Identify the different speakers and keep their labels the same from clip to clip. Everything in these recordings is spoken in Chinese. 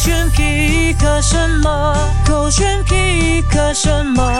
Speaker 1: 选皮克什么？狗选皮克什么？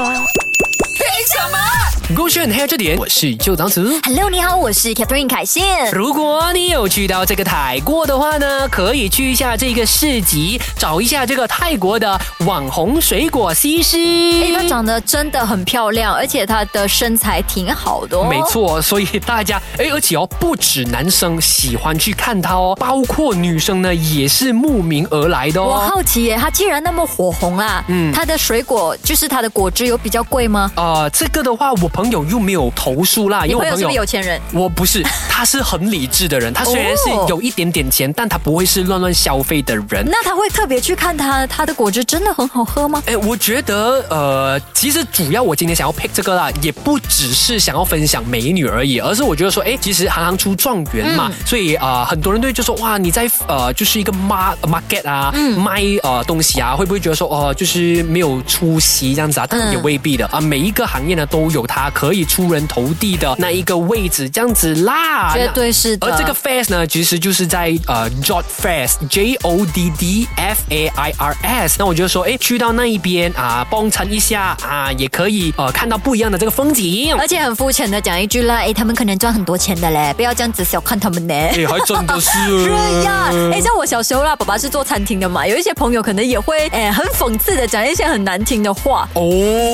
Speaker 2: 勾选黑这点，我是旧长子。
Speaker 3: Hello，你好，我是 Catherine 凯欣。
Speaker 2: 如果你有去到这个泰国的话呢，可以去一下这个市集，找一下这个泰国的网红水果西施。
Speaker 3: 哎，她长得真的很漂亮，而且她的身材挺好的哦。
Speaker 2: 没，错，所以大家哎，而且哦，不止男生喜欢去看她哦，包括女生呢也是慕名而来的
Speaker 3: 我
Speaker 2: 哦。
Speaker 3: 好奇耶，她既然那么火红啦，嗯，她的水果就是她的果汁有比较贵吗？
Speaker 2: 呃，这个的话，我朋友又没有投诉
Speaker 3: 你
Speaker 2: 啦，啊因为
Speaker 3: 朋友
Speaker 2: 我朋
Speaker 3: 是
Speaker 2: 友
Speaker 3: 不是有钱人？
Speaker 2: 我不是，他是很理智的人，他虽然是
Speaker 3: 哦
Speaker 2: 有一点点钱，但他不会是乱乱消费的人。
Speaker 3: 那她会特别去看她她的果汁真的很好喝吗？
Speaker 2: 哎，我觉得呃，其实主要我今天想要 pick 这个啦，也不只是想要分享美女而已，而是我觉得说，哎，其实行行出状元嘛，
Speaker 3: 嗯
Speaker 2: 所以啊、呃很多人都会就说，哇，你在呃，就是一个 mar market 啊，
Speaker 3: 嗯
Speaker 2: 卖呃东西啊，会不会觉得说，哦、就是没有出息这样子啊？但
Speaker 3: 嗯
Speaker 2: 也未必的啊、每一个行业呢都有它可以出人头地的那一个位置，这样子啦，
Speaker 3: 绝
Speaker 2: 那
Speaker 3: 对啊是的。
Speaker 2: 而哎呃这个 fast 呢，其实就是在呃 Jod Fast J O D D F A I R S。那我就说，哎，去到那一边啊，帮衬一下啊，也可以呃看到不一样的这个风景。
Speaker 3: 而且很肤浅的讲一句啦，诶，他们可能赚很多钱的嘞，不要这样子小看他们嘞。
Speaker 2: 哎，还真的是
Speaker 3: 对呀，哎，像我小时候啦，爸爸是做餐厅的嘛，有一些朋友可能也会哎很讽刺的讲一些很难听的话。
Speaker 2: 哦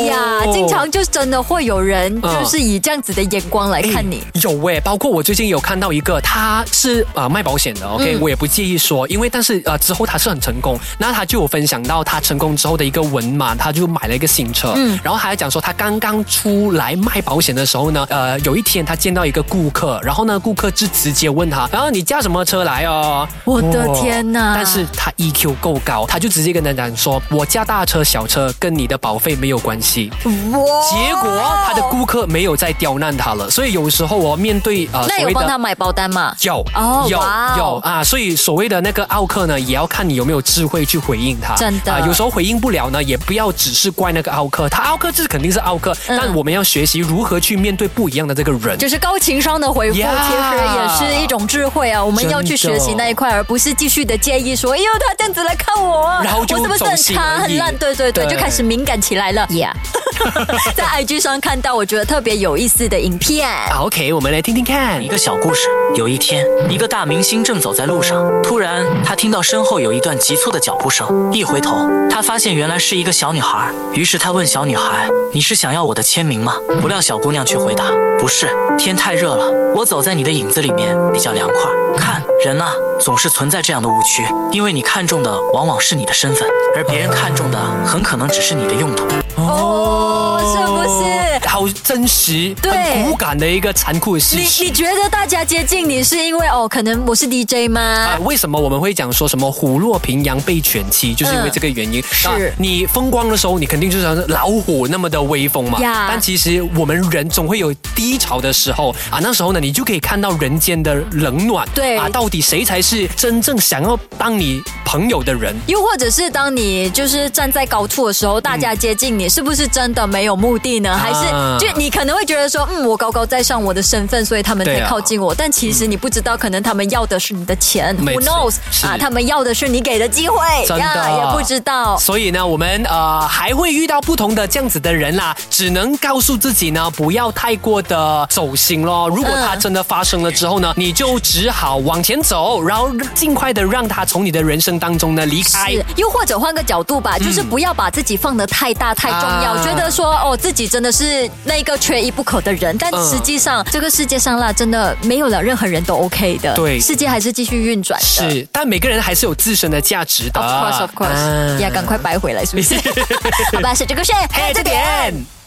Speaker 3: 呀，经常就真的会有人
Speaker 2: 嗯哎
Speaker 3: 就是以这样子的眼光来看你，
Speaker 2: 有诶，包括我最近有看到一个，他是呃卖保险的，OK，、我也
Speaker 3: 嗯
Speaker 2: 不介意说，因为但是呃之后他是很成功，那他就有分享到他成功之后的一个文嘛，他就买了一个新车，
Speaker 3: 嗯
Speaker 2: 然后还讲说他刚刚出来卖保险的时候呢，呃有一天他见到一个顾客，然后呢顾客就直接问他，然后你驾什么车来哦？
Speaker 3: 我的
Speaker 2: 哇
Speaker 3: 天哪
Speaker 2: 但是他 EQ 够高，他就直接跟他讲说，我驾大车小车跟你的保费没有关系，
Speaker 3: 哇
Speaker 2: 结果
Speaker 3: 哦
Speaker 2: 他的顾客没有再刁难他了，所以有时候我、面对呃
Speaker 3: 那
Speaker 2: 所
Speaker 3: 有
Speaker 2: 谓
Speaker 3: 帮他
Speaker 2: 的。
Speaker 3: 买保单吗？
Speaker 2: 有
Speaker 3: 哦
Speaker 2: 有
Speaker 3: 哇哦
Speaker 2: 有啊，所以所谓的那个奥克呢，也要看你有没有智慧去回应他。
Speaker 3: 真的
Speaker 2: 啊，有时候回应不了呢，也不要只是怪那个奥克，他奥克这肯定是奥克，
Speaker 3: 嗯
Speaker 2: 但我们要学习如何去面对不一样的这个人。
Speaker 3: 就是高情商的回复，其
Speaker 2: Yeah
Speaker 3: 实也是一种智慧啊。我们要去
Speaker 2: 真的
Speaker 3: 学习那一块，而不是继续的介意说，哎呦，他这样子来看我啊，
Speaker 2: 然后就
Speaker 3: 我是不是很
Speaker 2: 走心
Speaker 3: 差
Speaker 2: 而
Speaker 3: 很
Speaker 2: 已
Speaker 3: 烂？对对对，
Speaker 2: 对
Speaker 3: 就开始敏感起来了。Yeah，在 IG 上看到我觉得特别有意思的影片，
Speaker 2: 好，OK，我们啊来听听看
Speaker 4: 一。个小故事。有一天，一个大明星正走在路上，突然他听到身后有一段急促的脚步声，一回头，他发现原来是一个小女孩。于是他问小女孩：“你是想要我的签名吗？”不料小姑娘却回答：“不是，天太热了，我走在你的影子里面比较凉快。看人呐、总是存在这样的误区，因为你看重的往往是你的身份，而别人看重的很可能只是你的用途。”
Speaker 3: 哦，是不是？
Speaker 2: 好真实、
Speaker 3: 对
Speaker 2: 很骨感的一个残酷的事实
Speaker 3: 你。你觉得大家接近你是因为哦，可能我是 DJ 吗
Speaker 2: 啊，？为什么我们会讲说什么虎落平阳被犬欺，就是因为这个原因。
Speaker 3: 嗯是
Speaker 2: 啊你风光的时候，你肯定就是像是老虎那么的威风嘛。
Speaker 3: 呀
Speaker 2: 但其实我们人总会有低潮的时候啊，那时候呢，你就可以看到人间的冷暖。
Speaker 3: 对
Speaker 2: 啊，到底谁才是真正想要当你朋友的人？
Speaker 3: 又或者是当你就是站在高处的时候，大家接近你，是不是真的没有目的呢？还是
Speaker 2: 啊
Speaker 3: 就你可能会觉得说，嗯，我高高在上，我的身份，所以他们
Speaker 2: 对
Speaker 3: 才
Speaker 2: 啊
Speaker 3: 靠近我。但其实你不知道，可能他们要的是你的钱
Speaker 2: 没
Speaker 3: ，Who
Speaker 2: 错
Speaker 3: knows
Speaker 2: 是
Speaker 3: 啊？他们要的是你给的机会，
Speaker 2: 真的
Speaker 3: 呀也不知道。
Speaker 2: 所以呢，我们呃还会遇到不同的这样子的人啦，只能告诉自己呢，不要太过的走心咯。如果它
Speaker 3: 嗯
Speaker 2: 真的发生了之后呢，你就只好往前走，然后尽快的让它从你的人生当中呢离开
Speaker 3: 是。，哎又或者换个角度吧，就是不要把自己放得太大太重要，
Speaker 2: 嗯啊
Speaker 3: 觉得说哦自己真的是那一个缺一不可的人，但
Speaker 2: 嗯
Speaker 3: 实际上、这个世界上啦，真的没有了任何人都 OK 的，
Speaker 2: 对
Speaker 3: 世界还是继续运转的。
Speaker 2: 是，但每个人还是有自身的价值的。
Speaker 3: Of course, of course，
Speaker 2: 啊
Speaker 3: 呀、赶快掰回来，是不是？好吧，是这个是，
Speaker 2: 嘿，这点。